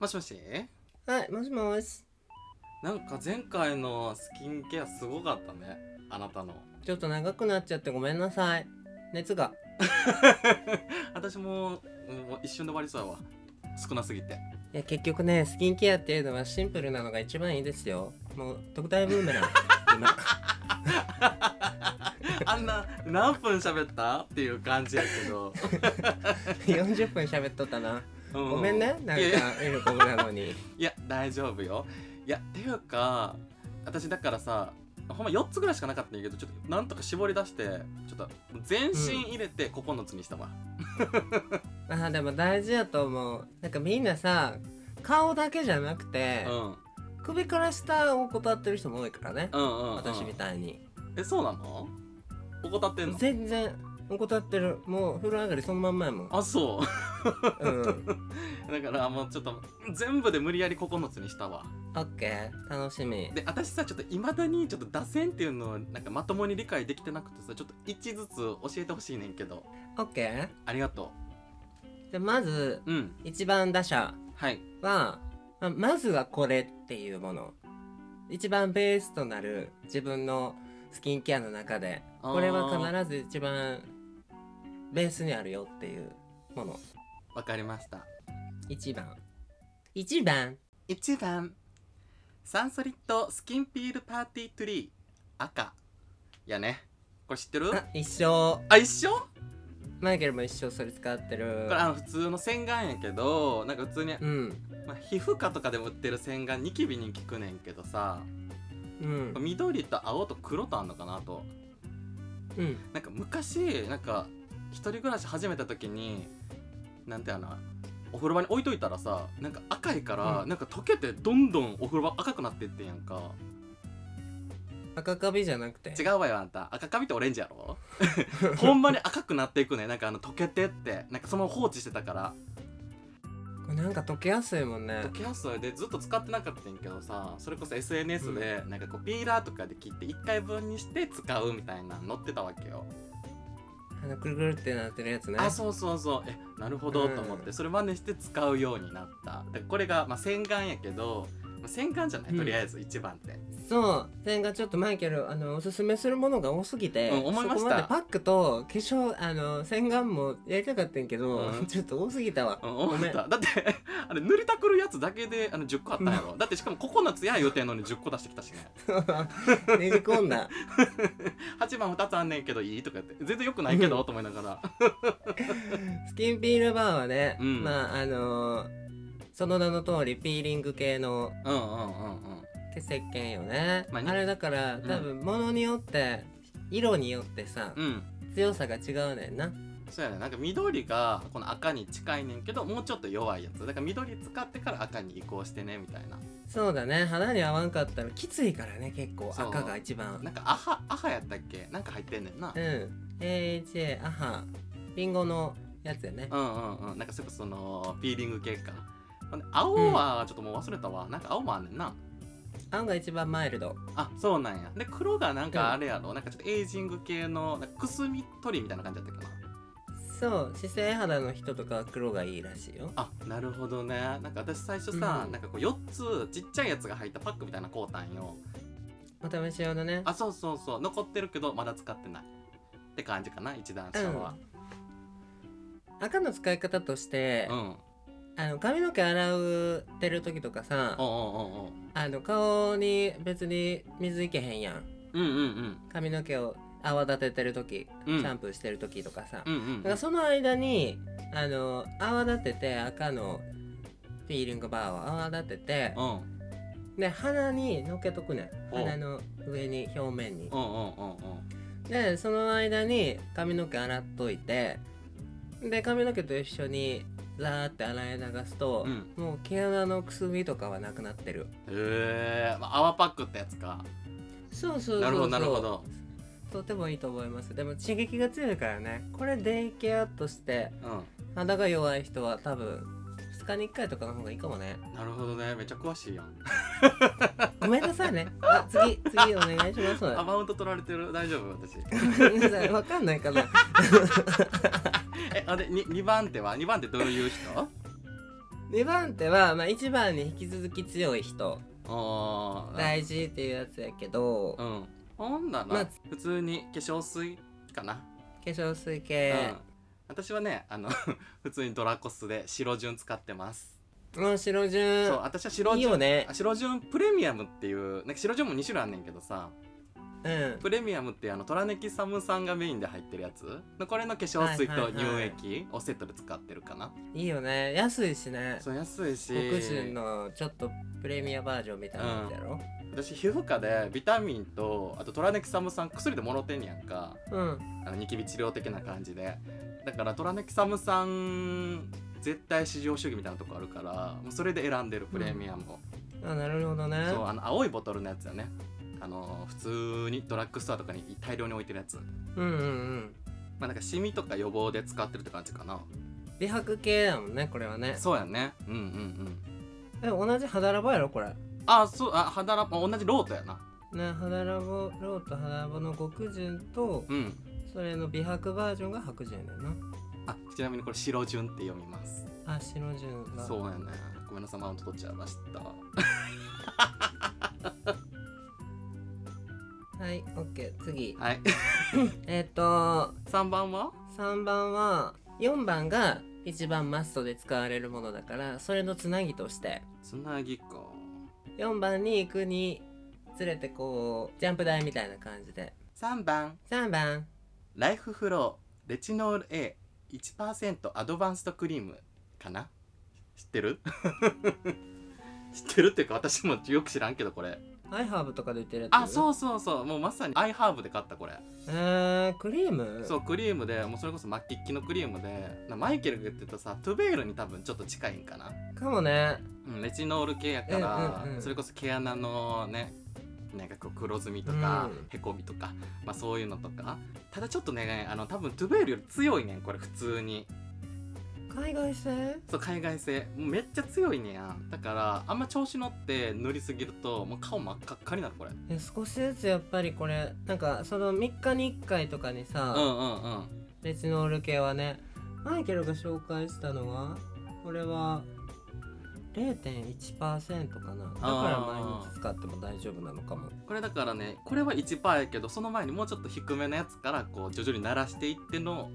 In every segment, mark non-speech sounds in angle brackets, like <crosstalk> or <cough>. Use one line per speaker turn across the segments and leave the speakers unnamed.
もしもし
はい、もしもし。
なんか前回のスキンケアすごかったねあなた
<laughs>
の
ちょっと長くなっちゃってごめんなさい。熱が。
私も,、うん、もう一瞬で終わりそうやわ少なすぎて
いや、結局ね、スキンケアっていうのはシンプルなのが一番いいですよ。もう、特大ブー
<laughs>
メラン。今。
あんな何分喋ったっていう感じやけど、
40分喋っとったな。
う
ごめんね、なんか、
いやいや
エルコムなのに。
いや大丈夫よいやっていうか私だからさほんま4つぐらいしかなかったんやけどちょっとなんとか絞り出してちょっと全身入れて9つにしたわ、
あー、でも大事やと思う。なんかみんなさ、顔だけじゃなくて、
うん、うん
首から下を怠ってる人も多いからね。
うんうん
私みたいに。
えそうなの怠ってんの
全然怠ってる。もう、風呂上がりそのまんまやもん。
あそう <laughs>
うん。
だからもうちょっと全部で無理やり9つにしたわ
オッケー、楽しみ。
で私さちょっといまだにちょっと打線っていうのをなんかまともに理解できてなくてさちょっと1ずつ教えてほしいねんけど
オッケー。
ありがと
じゃあまず
ううん
一番打者
はい
はままずはこれっていうもの一番ベースとなる自分のスキンケアの中で
あー
これは必ず一番ベースにあるよっていうもの
わかりました
一番一番
1番サンソリットスキンピールパーティートゥリー赤やねこれ知ってる
あ一生
あ一緒
マイケルも一生それ使ってる
これあの普通の洗顔やけどなんか普通に、
うん
まあ、皮膚科とかでも売ってる洗顔ニキビに効くねんけどさ
うん
緑と青と黒とあんのかなあと
うん
なんか昔なんか一人暮らし始めた時になんてやなお風呂場に置いといたらさなんか赤いから、
うん
なんか溶けてどんどんお風呂場赤くなってってんやんか
赤カビじゃなくて
違うわよあんた赤カビってオレンジやろ <laughs> ほんまに赤くなっていくねなんかあの溶けてってなんかそのまま放置してたから
これなんか溶けやすいもんね
溶けやすいでずっと使ってなかったんやけどさそれこそ SNS でなんかこうピーラーとかで切って1回分にして使うみたいなの載ってたわけよ
あのくるくるってなってるやつね
あそうそうそうえなるほど
うん
と思って、それ真似して使うようになったでこれが、まあ、洗顔やけど、まあ洗顔じゃない
うん
とりあえず一番って、
そう、前がちょっとマイケルあのおすすめするものが多すぎて、
うん思いました
そこまでパックと化粧あの洗顔もやりたかったんやけど、
うん
ちょっと多すぎたわ。 <laughs>
うん
ご
思
め
っ
ん。
ただってあれ塗りたくるやつだけであの10個あったんやろ、だってしかも9つや予定のに10個出してきたしね
ねじ込んだ。
8番2つあんねんけどいいとか言って全然よくないけどと思いながら
スキンピールバーはね、
うん
まああのその名の通りピーリング系の
うんうんうんうん
石鹸よね。
まあ
あ、
に
れだから多分ものによって、色によってさ、
うん
強さが違うねんな。
そうやねなんか緑がこの赤に近いねんけどもうちょっと弱いやつだから緑使ってから赤に移行してねみたいな
そうだね肌に合わんかったらきついからね結構
そう
赤が一番
なんかアハアハやったっけなんか入ってんねんな
うん。AHA、アハ、リンゴのやつやね
う。んうんうんなんかそれこそそのピーリング系かほんで青はちょっともう忘れたわ、なんか青もあんねんな
青が一番マイルド。
あそうなんやで黒がなんかあれやろ、なんかちょっとエイジング系のなんかくすみ取りみたいな感じだったっけな
そう、姿勢肌の人とかは黒がいいらしいよ。
あなるほどねなんか私最初さ、
うん
なんかこう4つちっちゃいやつが入ったパックみたいなこうたんよ
お試し用のね。
あそうそうそう残ってるけどまだ使ってないって感じかな一段下は
赤の使い方として、
うん、うん、
あの髪の毛洗うてる時とかさ
おう、お
あの顔に別に水いけへんやん。
うおううんうん
髪の毛を泡立ててる時、
うんうん
シャンプーしてる時とかさ。
うんうん
だからその間に、あの、泡立てて赤のフィーリングバーを泡立てて、
うんうん
で鼻にのっけとくねん
お
鼻の上に表面に
うんうんうんうん
でその間に髪の毛洗っといてで髪の毛と一緒にザーって洗い流すと、
うん
もう毛穴のくすみとかはなくなってる
へえー、まあ泡パックってやつか
そうそうそうそう
なるほどなるほど
とてもいいと思いますでも刺激が強いからねこれデイケアとして
う
肌が弱い人は多分2日に1回とかの方がいいかもね
んなるほどねめっちゃ詳しいやん
ごめんなさい <laughs> ねあ次次お願いします
アマウント取られてる大丈夫私
<laughs> ごめんなさいわかんないかな <laughs>
えあでに2番手は2番手どういう人
2番手は、まあ、1番に引き続き強い人
ああ
大事っていうやつやけど、
う
化
んほんなら、
まあ
普通に化粧水かな、
粧水
う
系、
ん私はねあの <laughs> 普通にドラコスで白純使ってます、
うん、白順
そう私は白
いい
純
よね
あ白純プレミアムっていうなんか白純も2種類あんねんけどさ
うん
プレミアムってあのトラネキサムさんがメインで入ってるやつこれの化粧水と乳液をセットで使ってるかな、
いいよね安いしね
そう安いし
黒人のちょっとプレミアバージョンみたいなやつやろ
私皮膚科でビタミンとあとトラネキサム酸薬でもろてんやんか
うん、
あのニキビ治療的な感じでだからトラネキサム酸絶対至上主義みたいなとこあるからもうそれで選んでるプレミアムを、
あなるほどね
そうあの青いボトルのやつだねあの普通にドラッグストアとかに大量に置いてるやつま
うんうんうん
あなんかシミとか予防で使ってるって感じかな
美白系だもんねこれはね
そうやねうんうんうん
え同じ肌ラボやろこれ
あそうあ肌ラボあ同じロートやな
ね肌ラボローと肌ラボの極潤と
うん
それの美白バージョンが白潤だよな
あちなみにこれ白順って読みます
あ白潤が
そうやねごめんなさいマウント取っちゃいました
はいオッケー次
はい <laughs>
えっ、と
3番は
3番は4番が一番マストで使われるものだからそれのつなぎとして
つなぎか
4番に行くにつれてこうジャンプ台みたいな感じで
3番
3番
ライフフローレチノール A1% アドバンストクリームかな知ってる <laughs> 知ってるっていうか私もよく知らんけどこれ
アイハーブとかで売ってるやつ
あ
う
そうそうそうもうまさにアイハーブで買ったこれ
えー、クリーム
そうクリームでもうそれこそマッキッキのクリームでなマイケルが言ってたさトゥベールに多分ちょっと近いんかな、
かもね
うん、レチノール系やから、
うんうんうん
それこそ毛穴のねなんかこう黒ずみとか、
うん
へこみとか、まあ、そういうのとかただちょっとねあの多分トゥベールより強いねんこれ普通に
海外製
そう海外製めっちゃ強いねやんだからあんま調子乗って塗りすぎるともう顔真っ赤っかになるこれうん
え少しずつやっぱりこれなんかその3日に1回とかにさ、
うんうん
レチノール系はねマイケルが紹介したのはこれは0.1%かなだから毎日使っても大丈夫なのかも
これだからねこれは1%やけどその前にもうちょっと低めのやつからこう徐々に慣らしていっての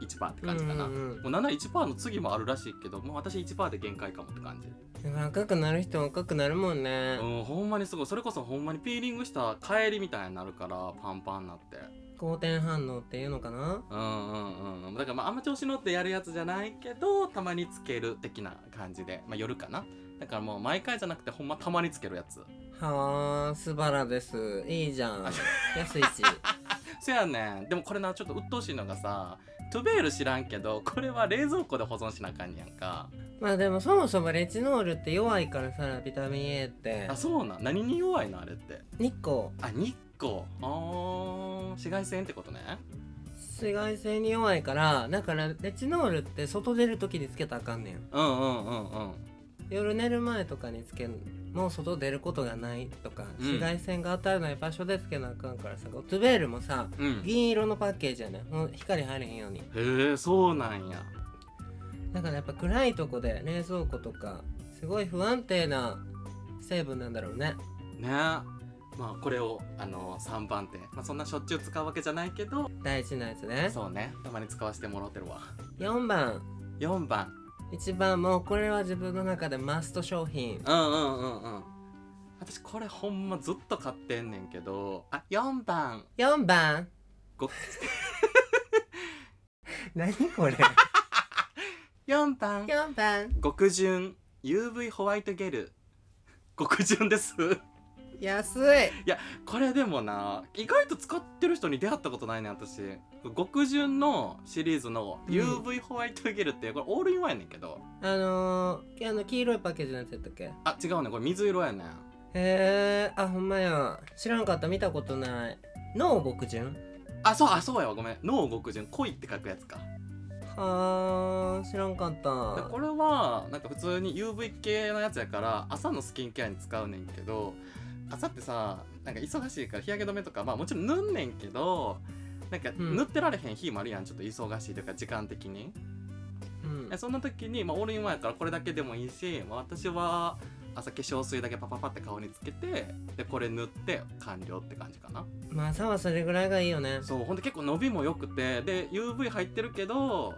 1%って感じかな、
うん
も
うんうん
う71%の次もあるらしいけどもう私1%で限界かもって感じ
でも赤くなる人は赤くなるもんね、
うんほんまにすごいそれこそほんまにピーリングした帰りみたいになるからパンパンになって
好転反応っていうのかな
うんうんうんだからまああんま調子乗ってやるやつじゃないけどたまにつける的な感じでまあ夜かなだからもう毎回じゃなくてほんまたまにつけるやつ <laughs>
はあ素晴らですいいじゃん安い <laughs> し
そやねんでもこれなちょっと鬱陶しいのがさトゥベール知らんけどこれは冷蔵庫で保存しなあかんやんか
まあでもそもそもレチノールって弱いからさビタミン A って
あそうなん何に弱いのあれって
日光
あ日光あー紫外線ってことね
紫外線に弱いからだからレチノールって外出る時につけたらあかんねん
うんうんうんうん
夜寝る前とかにつけんもう外出ることがないとか、
うん
紫外線が当たらない場所でつけなあかんからさゴトゥベールもさ
うん
銀色のパッケージやねんもう光入れへんように
へえそうなんや
だからやっぱ暗いとこで冷蔵庫とかすごい不安定な成分なんだろうね
ねまあこれをあの3番手、まあ、そんなしょっちゅう使うわけじゃないけど
大事なやつね
そうねたまに使わせてもらってるわ
4番
4番
1番もうこれは自分の中でマスト商
う
品
んうんうんうん私これほんまずっと買ってんねんけどあ4番
4番
ご
<laughs> 何こ
<laughs>
れ
4番
4番
極潤 UV ホワイトゲル極潤です <laughs>
安い
これでもな意外と使ってる人に出会ったことないねん私極潤のシリーズの
うん
UV ホワイトゲルってこれオールインワンやねんけど、
あのー、あの黄色いパッケージのやつやったっけ
あ違うねこれ水色やねん
へえあほんまや知らんかった見たことない脳極潤
あそうあそうやわごめん脳極潤恋って書くやつか
はあ知らんかっ
で
た
これはなんか普通に UV 系のやつやから朝のスキンケアに使うねんけど朝ってさなんか忙しいから日焼け止めとかまあもちろん塗んねんけどなんか
うん
塗ってられへん日もあるやんちょっと忙しいというか時間的に
ううん
えそんな時に、まあ、オールインワンやからこれだけでもいいし、まあ、私は朝化粧水だけパパパって顔につけてでこれ塗って完了って感じかな
まあ朝はそれぐらいがいいよね
そうほんで結構伸びも良くてで UV 入ってるけど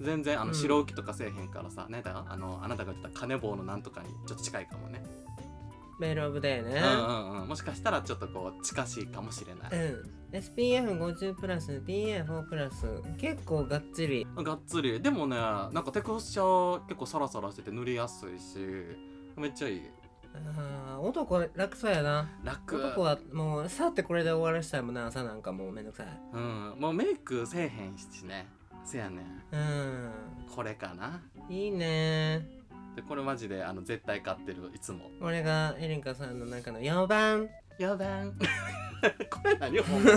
全然あ
う
の
ん
白浮きとかせえへんからさ、なんだあのあなたが言ってた金棒のなんとかにちょっと近いかもね、
メールオブデーね
うんうんうんもしかしたらちょっとこう近しいかもしれな
う
い、
ん SPF50 プラス PA4 プラス結構がっつり
がっつりでもねなんかテクスチャー結構サラサラしてて塗りやすいしめっちゃいい
あー男は楽そうやな
楽
男はもうさってこれで終わらしたいもんな朝なんかもうめんどくさい
うんもうメイクせえへんしねせやねん
うん
これかない
いね
でこれマジであの絶対買ってるいつも
俺がエリンカさんの中の4番
4番 <laughs> これ何ほんまに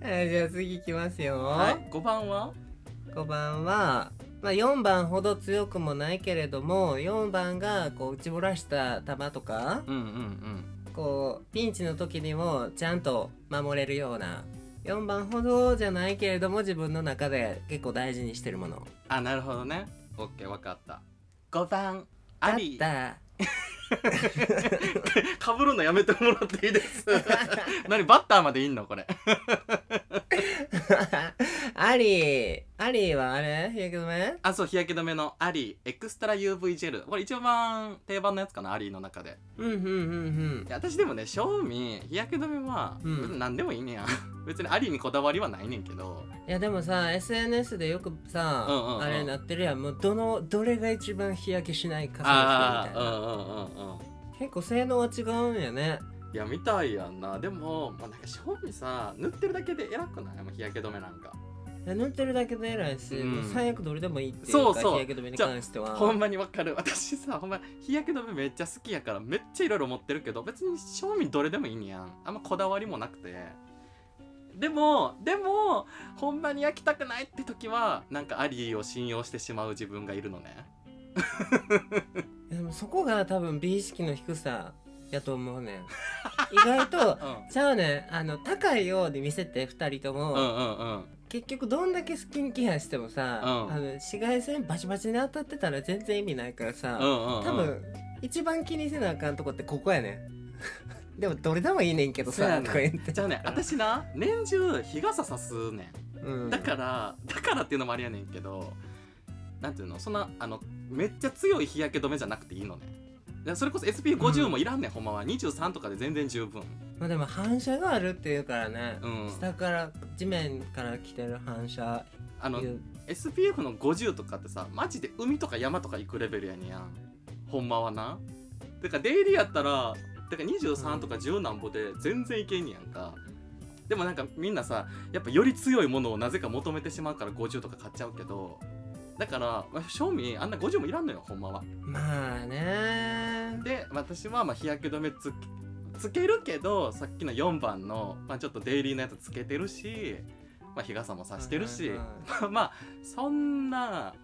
えーじゃあ次いきますよ、
はい、5番は
5番は、まあ、4番ほど強くもないけれども4番がこう打ちぼらした球とか
うんうんうん
こうピンチの時にもちゃんと守れるような4番ほどじゃないけれども自分の中で結構大事にしてるもの
あなるほどねオッケーわかった5番
あ
あ
っ
り
た
かぶるのやめてもらっていいです <laughs> 何バッターまでいんのこれ
<laughs> アリーアリーはあれ日焼け止め
あそう日焼け止めのアリーエクストラ UV ジェルこれ一番定番のやつかなアリーの中で
うんうんうん
いや私でもね正味日焼け止めは
うん
別に何でもいいねや、 <laughs> 別にアリーにこだわりはないねんけど
うんいやでもさ SNS でよくさ、
うんうんうん
あれなってるやんもうどのどれが一番日焼けしないか探
あ
してみ
あ
たいな
うんうんうんうん
結構性能は違うんやね
いやみたいやんなでも、まあ、なんか正味さ塗ってるだけで偉くないもう日焼け止めなんか
いや塗ってるだけで偉いし、
うん
もう最悪どれでもいいっていうか
そうそう
日焼け止めに関しては
ほんまにわかる私さほんま日焼け止めめっちゃ好きやからめっちゃいろいろ持ってるけど別に正味どれでもいいんやんあんまこだわりもなくてでもでもほんまに焼きたくないって時はなんかアリーを信用してしまう自分がいるのね
いやでもそこが多分美意識の低さやと思
<laughs>
うねん意外と
うん
ちゃうねんあの高いように見せて2人とも、
うんうんうん
結局どんだけスキンケアしてもさ、
うん
あの紫外線バチバチに当たってたら全然意味ないからさ、
うんうんうん
多分一番気にせなあかんとこってここやねん <laughs> でもどれでもいいねんけど
そうやね
さ
ん
とか言って
じゃあね私な年中日傘さすねん
うん、
だからだからっていうのもありやねんけどなんていうのそんなあのめっちゃ強い日焼け止めじゃなくていいのねでそれこそ SP50 もいらんねん、ほんまは23とかで全然十分
まあでも反射があるっていうからね、
うん
下から地面から来てる反射
あの
いう
SPF の50とかってさマジで海とか山とか行くレベルやねんやんほんまはなてかデイリーやったらてか23とか10なんぼで全然いけんねやんかでもなんかみんなさやっぱより強いものをなぜか求めてしまうから50とか買っちゃうけどだから、まあ、正味あんな50もいらんのよほんまは
まあね
で私はまあ日焼け止めつつけるけどさっきの4番の、まあ、ちょっとデイリーのやつつけてるし、まあ、日傘もさしてるし、
はいはいは
まあそんな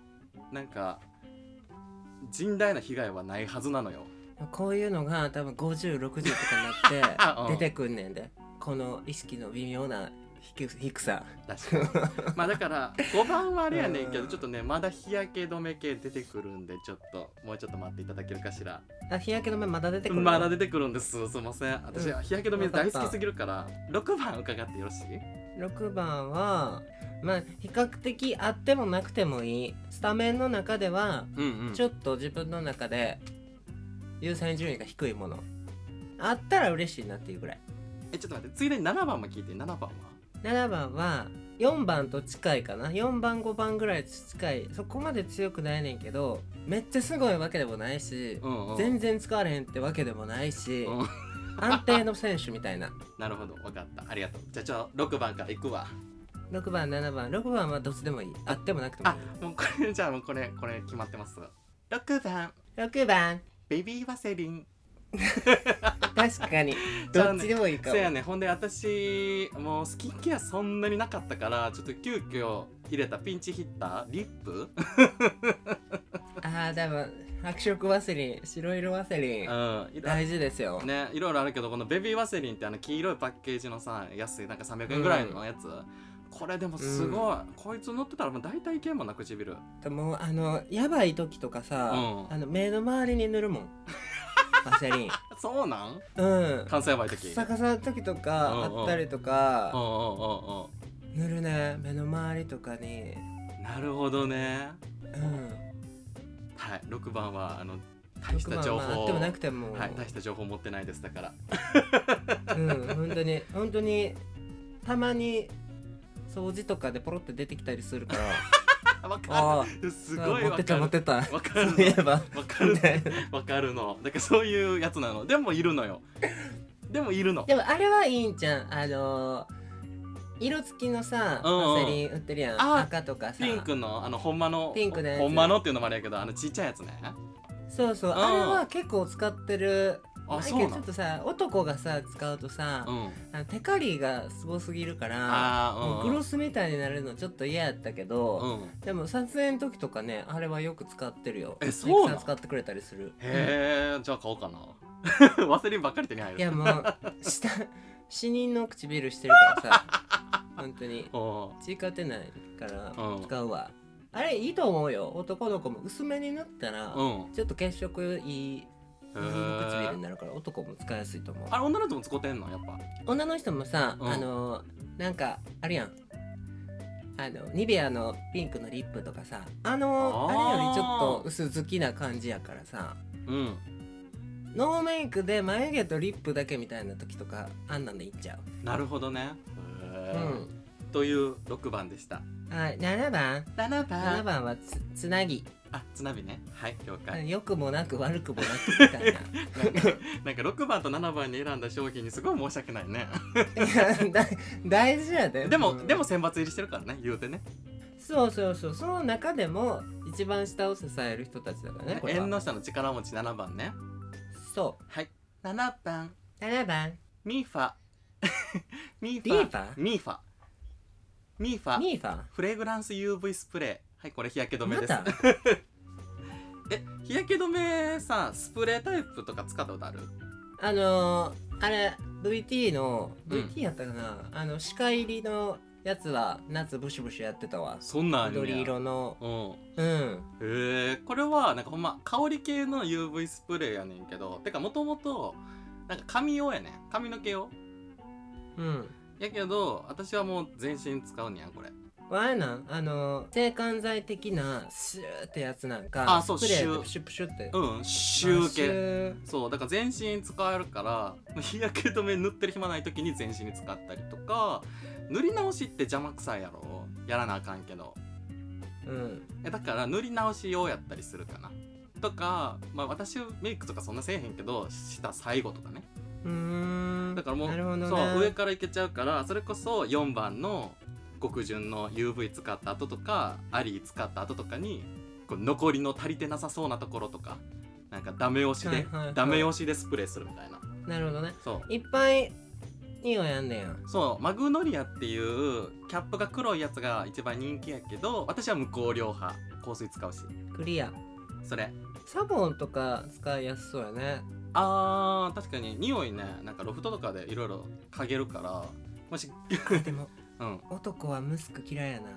なんか甚大な被害はないはずなのよ。
いこういうのが多分5060とか
<laughs>
に
う
なっ
ん
て出てくんねんでこの意識の微妙な低低さ
確かに
<laughs>
まあだから5番はあれやねんけ
う
ど
ん
ちょっとねまだ日焼け止め系出てくるんでちょっともうちょっと待っていただけるかしら
あ日焼け止めまだ出てくる
まだ出てくるんですすいません私
うん
日焼け止め大好きすぎるから6番伺ってよろしい
6番はまあ比較的あってもなくてもいいスタメンの中では
うんうん
ちょっと自分の中で優先順位が低いものあったら嬉しいなっていうぐらい
えちょっと待ってついでに7番も聞いて7番は
7番は4番と近いかな4番5番ぐらい近いそこまで強くないねんけどめっちゃすごいわけでもないし、
うんうん
全然使われへんってわけでもないし、
うん
安定の選手みたいな
なるほど分かったありがとうじゃあちょ6番からいくわ
6番7番6番はどっちでもいいあってもなくてもい
あもうこれじゃあもうこれこれ決まってます6番
い6番
ベビーワセリン
確
<laughs>
かに
じゃ
ど
あ
っ
ね
ちでもいいか
そう
も、
やねほんで私もうスキンケアそんなになかったからちょっと急遽入れたピンチヒッターリップ
ああ多分白色ワセリン白色ワセリン
うんいろ
大事ですよ、
ねいろいろあるけどこのベビーワセリンってあの黄色いパッケージのさ安いなんか300円ぐらいのやつ、これでもすごい、こいつ乗ってたらもう大体いけんもんな唇う
でもあのやばい時とかさ、
うん
あの目の周りに塗るもん
<laughs>
ワセリン
そうなん
うん
関西やばい
カ
時
ッサカサの時とか
うんうん
あったりと
うんう
か、
んうんうん
塗るね目の周りとかに
なるほどね。
うん
はい、六番はあの大した情
まあまああ
報
ってもなくても、
はい、大した情報持ってないですだから。
うん本当に本当にたまに掃除とかでポロって出てきたりするから
<laughs> あわか
あ
る。す
あ
ごい
持っ
わ
てた
か
持っ
る。
て
<laughs>
た
わかる
そういえ
<laughs>
ば
わかる
みたいな
わかるの。だからそういうやつなの。でもいるのよ。でもいるの。
でもあれはいいんじゃんあのー、色付きのさ
うんうん
ワセリン売ってるやん、
あ
赤とかさ
ピンクのあのほんまの
ピンクのやつ
ほんまのっていうのもあれやけどあのちっちゃいやつね。
そうそう
うん
あれは結構使ってる
あ
だけ
そ
ど
うな
ちょっ
の。
とさ男がさ使うとさ、
うん。
あのテカリがすごすぎるから
ああ
グロスみたいになるのちょっと嫌やったけど、
うん。うん。
でも撮影の時とかねあれはよく使ってるよ
えそうなの
メイクさん使ってくれたりする
へえじゃあ買おう
<laughs>
かな。ワセリンばっかり手に入
うん
る。
いやもう下 <laughs> 死人の唇してる
<laughs>
からさ本当に
うん。
血勝てないから
うん
使うわ、あれいいと思うよ男の子も薄めに塗ったら、
うん。へ
ちょっと血色いいいい唇
え
に。なるから男も使いやすいと思う
あれ女の人も使ってんのやっぱ。
女の人もさ、
うん
あのなんかあるやんあのニベアのピンクのリップとかさあの
あ
あ
ー
れよりちょっと薄付きな感じやからさ
うん。
ノーメイクで眉毛とリップだけみたいな時とかあんなんでいっちゃう、
なるほどね。
う
へ
ん
ーという6番でした。
はい、7番
7番
7番はつつなぎ
あ、つなびね。はい、了解。
良くもなく悪くもなくみたいな
なんか6番と7番に選んだ商品にすごい申し訳ないね。
い
<laughs>
やだ <laughs> 大事やで
でも、で
も
も選抜入りしてるからね、言うてね。
そうそうそうその中でも一番下を支える人たちだからね
ね
これ
縁
は
の下の力持ち7番ね。
そ
はい。7番、
う7番
ミーファ。 <laughs> ミーフ
リー
ァ。
ファ
ミーファ。ミーファ。
ミーファ
フレグランス UV スプレー。はい、これ日焼け止め
ま
です。
た
え、日焼け止めさ、スプレータイプとか使ったことある
あのー、あれ VT の
うん
VT やったかな、あの歯科入りのやつは夏ブシュブシュやってたわ
そんなんあんねや
緑色の
うん。
うん
へえこれはなんかほんま香り系の UV スプレーやねんけどてかもともとなんか髪用やねん髪の毛用
うん
やけど私はもう全身使うにやんこれ
あれなんあのー制汗剤的なシューってやつなんか
あそう
スプレ
シ
ー
ュ
で
ー
プシュプシュって
うん
あ
集
シ
計
ュー
そうだから全身使えるから日焼け止め塗ってる暇ない時に全身に使ったりとか塗り直しって邪魔くさいやろやらなあかんけど
うん
えだから塗り直し用やったりするかなとかまあ私メイクとかそんなせえへんけどした最後とかね
うーん
だからもう,、
なるほど、ね、
そう上からいけちゃうからそれこそ4番の極潤の UV 使った後とかアリー使った後とかにこう残りの足りてなさそうなところとかなんかダメ押しで、
はいはいはい
ダメ押しでスプレーするみたいな
なるほどね
そう
いっぱい匂いあんねや
そうマグノリアっていうキャップが黒いやつが一番人気やけど私は無香料派香水使うし
クリア
それ
サボンとか使いやすそう
<laughs>
やね
あー確かに匂いねなんかロフトとかでいろいろ嗅げるからもし
あでも
うん
男はムスク嫌いやな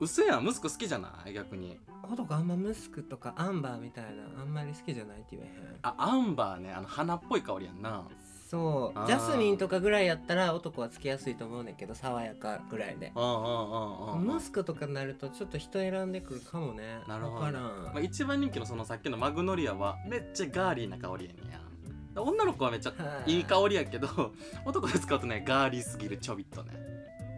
薄やん息子好きじゃない逆に
男あんまムスクとかアンバーみたいなあんまり好きじゃないって言えへん
あアンバーねあの花っぽい香りやんな
そ
あー
うジャスミンとかぐらいやったら男はつきやすいと思うねんけど爽やかぐらいで
うんうんうんうんうん
ムスクとかになるとちょっと人選んでくるかもね
なるほ
わ
どね、
から
ま
ん、
あ、一番人気のそのさっきのマグノリアはめっちゃガーリーな香りやねんやで女の子はめっちゃ
はい
いい香りやけど <laughs> 男で使うとねガーリーすぎるちょびっとね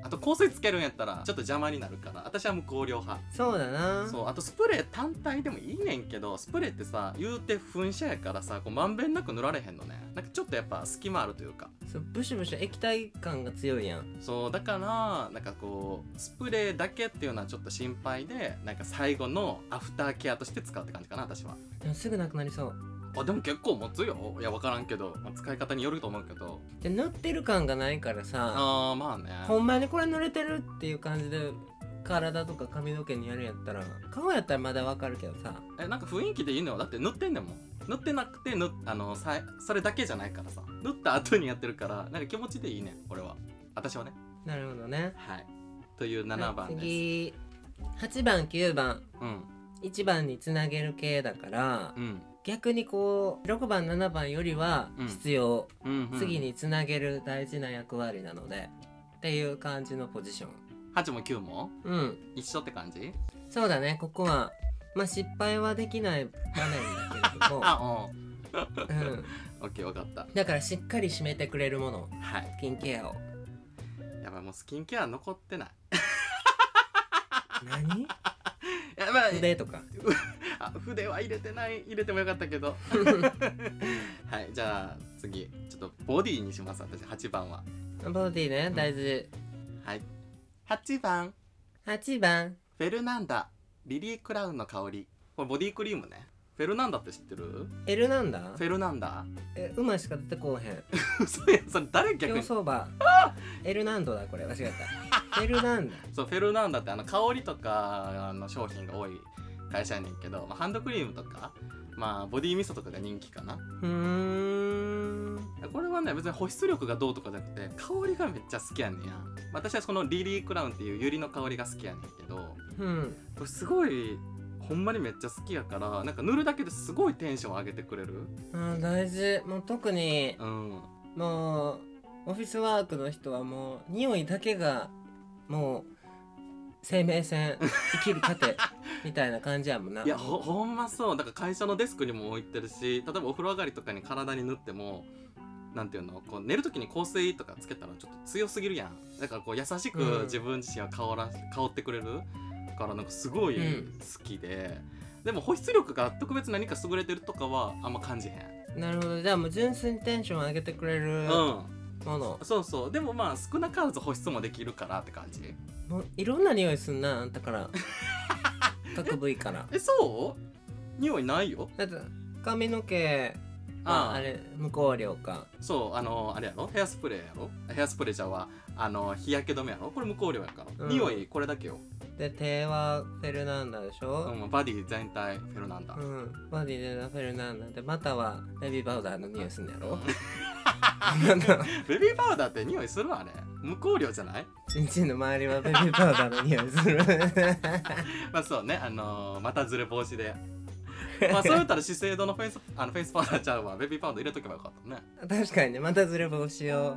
あと香水つけるんやったらちょっと邪魔になるから私は無香料派
そうだな
そうあとスプレー単体でもいいねんけどスプレーってさ言うて噴射やからさこうまんべんなく塗られへんのねなんかちょっとやっぱ隙間あるというか
そうブシュブシュ液体感が強いやん
そうだからなんかこうスプレーだけっていうのはちょっと心配でなんか最後のアフターケアとして使うって感じかな私は
でもすぐなくなりそう
あでも結構持つよいや分からんけど、まあ使い方によると思うけど
で塗ってる感がないからさ
あーまあね
ほんまにこれ塗れてるっていう感じで体とか髪の毛にやるんやったら顔やったらまだわかるけどさ
えなんか雰囲気でいいのよだって塗ってんねんもん塗ってなくて塗っあのさそれだけじゃないからさ塗った後にやってるからなんか気持ちでいいねんこれは私はね
なるほどね
はいという7番です。
次8番9番
うん
1番につなげる系だから、
うん
逆にこう6番7番よりは
うん
必要、
うんうん、
次につなげる大事な役割なのでっていう感じのポジション
8も9も
うん
一緒って感じ
そうだねここはまあ失敗はできない場面だ
あうん
けれど
<laughs>
も、うん、
オッケー分かった
だからしっかり締めてくれるもの
はい
スキンケアを
やばいもうスキンケア残ってない
何
やばい
腕とか
あ筆は入れてない入れてもよかったけどはいじゃあ次ちょっとボディにします私8番は
ボディね大事、
はい8番
8番
フェルナンダリリー・クラウンの香りこれボディクリームねフェルナンダって知ってる
エルなんだ
フェルナンダ <laughs>
え馬しか出てこうへん
嘘やんそれ誰逆
競
に
走馬エルナンドだこれ間違え
<laughs>
たエルナンダ
そうフェルナンダってあの香りとかの商品が多い会社やねんけど、まあ、ハンドクリームとか、まあ、ボディミストとかが人気かな
うーん
これはね別に保湿力がどうとかじゃなくて香りがめっちゃ好きやねんや私はそのリリー・クラウンっていうユリの香りが好きやねんけど
うん
これすごいほんまにめっちゃ好きやからなんか塗るだけですごいテンション上げてくれる
あー大事もう特に
うん
もうオフィスワークの人はもう匂いだけがもう生命線生きる糧みたいな感じやもんない
やほほんまそうだから会社のデスクにも置いてるし例えばお風呂上がりとかに体に塗ってもなんていうのこう寝る時に香水とかつけたらちょっと強すぎるやんだからこう優し
う
く
ん
自分自身は香ら、香ってくれるからなんかすごい
うん
好きで、でも保湿力が特別何か優れてるとかはあんま感じへん
なるほどじゃあもう純粋にテンション上げてくれる
うん
もの、
そうそうでもまあ少なからず保湿もできるからって感じ
もういろんな匂いすんなあんたから
<laughs>
各部位から
えそう匂いないよ
だって髪の毛あ
あ
あれ無香料か
そうあのあれやろヘアスプレーやろヘアスプレーじゃわあの日焼け止めやろこれ無香料やから、
うん
匂いこれだけよ、
で手はフェルナンダでし
う
ょ、
ん、バディ全体フェルナンダ、
うんバディでフェルナンダでまたはベビーパウダーの匂いすんのやろ
ベビーパウダーって匂いするあれ無香料じゃない
チンチンの周りはベビーパウダーの匂いする <laughs>
まあそうねあのまたずれ防止でまあそうやったら資生堂のフェイス <laughs> あのフェイスパウダーちゃうわベビーパウダー入れとけばよかったね
確かにねまたずれ防止を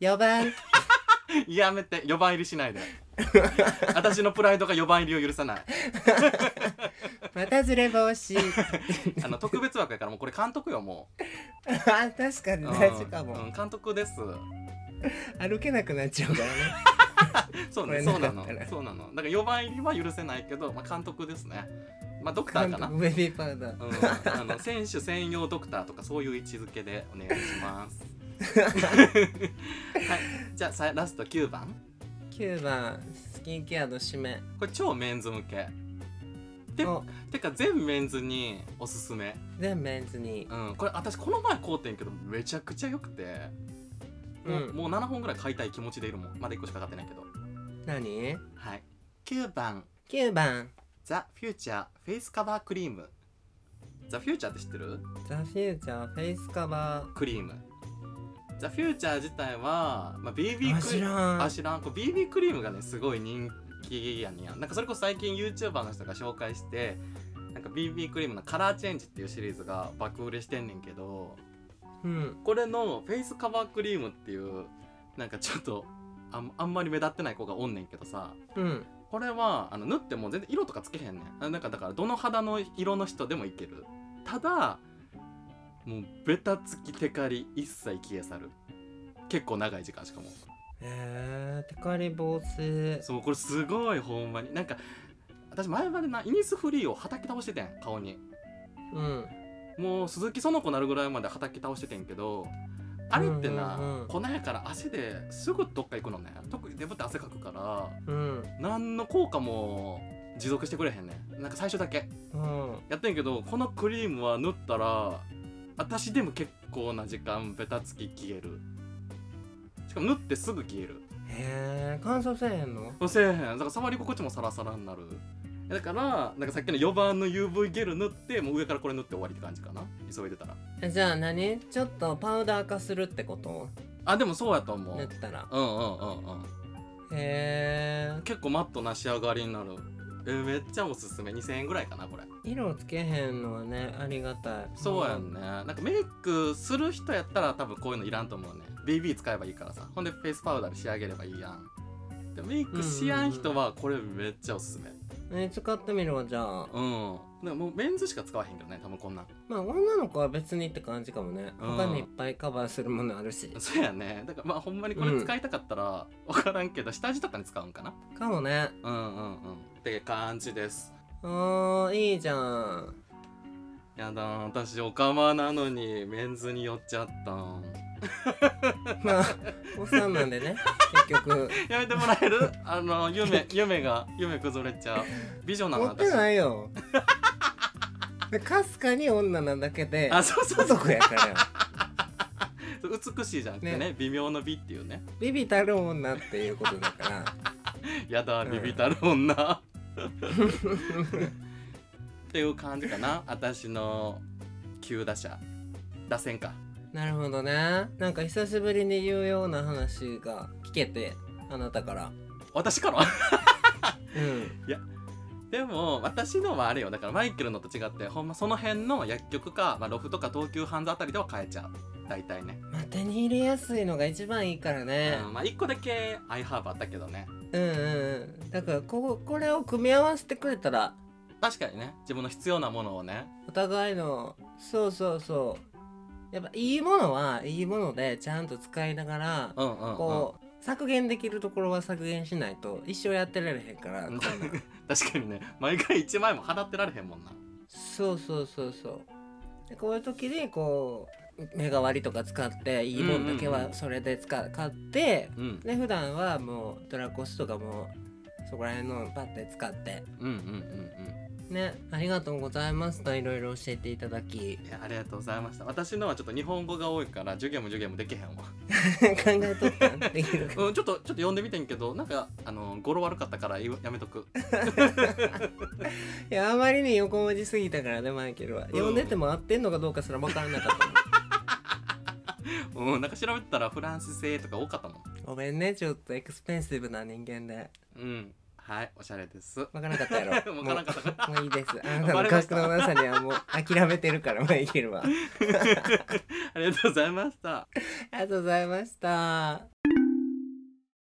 4番
やめて4番入りしないで私のプライドが4番入りを許さない
またずれ防止 <laughs>
あの特別枠やからもうこれ監督よもう
あ確かに
うん
大事かも、
うん監督です
歩けなくなっちゃう
<laughs>
からね
そうね、
こ
そ
れ
うな
なかっ
の
たら。
そうなの。だから4番入りは許せないけど、まあ、監督ですね。まあ、ドクター
監
かな。う
督
ん、
ベビーパウダー
あの選手専用ドクターとかそういう位置づけでお願いします。
<laughs>
はい、じゃあさラスト9番
9番スキンケアの締め
これ超メンズ向けで
お
てか全メンズにおすすめ、
全メンズに
うん、これ私この前買うてんけどめちゃくちゃ良くてもう,、
うん
もう7本ぐらい買いたい気持ちでいるもんまだ1個しか買ってないけど
何
はい9番
?9 番
ザ・フューチャーフェイスカバークリームザ・フューチャーって知ってる
ザ・フューチャーフェイスカバ
クリームザ・フューチャー自体は、まあ、BB クリー
ーあ
ム
知ら
あ
ん
知らんこう BB クリームがねすごい人気やねんやなんかそれこそ最近 YouTuber の人が紹介してなんか BB クリームのカラーチェンジっていうシリーズが爆売れしてんねんけど
うん
これのフェイスカバークリームっていうなんかちょっとあんあんまり目立ってない子がおんねんけどさ
うん
これはあの塗っても全然色とかつけへんねんあなんかだからどの肌の色の人でもいけるただもうベタつきテカリ一切消え去る結構長い時間しかも
えー、テカリ防止
そうこれすごいほんまになんか私前までなイニスフリーをはたき倒しててん顔に
うん
もう鈴木園子なるぐらいまではたき倒しててんけどあれってな、
うんうんうん
粉やから汗ですぐどっか行くのね特にデブって汗かくから
うん
何の効果も持続してくれへんねんなんか最初だけ
うん
やってんけどこのクリームは塗ったら私でも結構な時間ベタつき消えるしかも塗ってすぐ消える
へえ乾燥せえへんの
せえへんだから触り心地もサラサラになるだからなんかさっきの4番の UV ゲル塗ってもう上からこれ塗って終わりって感じかな急いでたら
えじゃあ何ちょっとパウダー化するってこと
あでもそうやと思
塗っ
う
たら
うんうんうんうん
へえ
結構マットな仕上がりになるえーめっちゃおすすめ2000円ぐらいかなこれ
色をつけへんのはねありがたい
そうやんねなんかメイクする人やったら多分こういうのいらんと思うね BB 使えばいいからさほんでフェイスパウダーで仕上げればいいやんでメイクしやん人はこれめっちゃおすすめ
え使ってみるわじゃあ
うんでももうメンズしか使わへんけどね多分こんなん <laughs>
まあ女の子は別にって感じかもね
うん
他にいっぱいカバーするものあるし、
そうやねだからまあほんまにこれ使いたかったら分からんけど下地とかに使うんかな
かもね
うんうんうんって感じです
あーいいじゃん
やだー私おかまなのにメンズに寄っちゃったん
ま
<laughs>
あおっさんなんでね結局
やめてもらえるあの夢夢が夢崩れちゃう美女なの
持って
私
ないよでかすかに女なだけで
あそうそうそう
男やから
美しいじゃなくてね
ね
微妙の美っていうね <laughs>
ビビたる女っていうことだから
やだ
うん
ビビたる女っていう感じかな私の急打者打線か
なるほどねなんか久しぶりに言うような話が聞けてあなたから
私から <laughs>
うん
でも私のはあれよだからマイケルのと違ってほんまその辺の薬局か、まあ、ロフとか東急ハンズあたりでは買えちゃう大体ね、
まあ手に入れやすいのが一番いいからね、
うんまあ1個だけアイハーブあったけどね
うん、うんうんだからこここれを組み合わせてくれたら
確かにね自分の必要なものをね
お互いのそうそうそうやっぱいいものはいいものでちゃんと使いながら
うんうん、うん、
こう削減できるところは削減しないと一生やってられへんからこんなん
確かにね毎回1万円も払ってられへんもんな
そうそうそうそうでこういう時にこう目代わりとか使っていいもんだけ
うんうんうん
はそれで使買って
うん
で普段はもうドラコスとかもそこら辺のパッて使って
うんうんうん
ねありがとうございましたいろいろ教えていただき
う
<laughs>
んいやありがとうございました私のはちょっと日本語が多いから授業も授業もできへんわ、
考えとったんできるか
うん、ちょっとちょっと読んでみてんけどなんかあの語呂悪かったから言うやめとく <laughs>
いやあまりに横文字すぎたからねマイケルは、読んでても合ってんのかどうかすら分からなかった
うんなんか調べてたらフランス製とか多かったもん
ごめんねちょっとエクスペンシブな人間で
うん。はい、おしゃれです。わ
分からなかったや
<laughs>
ろ
からんかったか
もうもういいですあなた
バ
の
レまし
学
た
のなさにはもう諦めてるからマイケルは
ありがとうございました。
ありがとうございました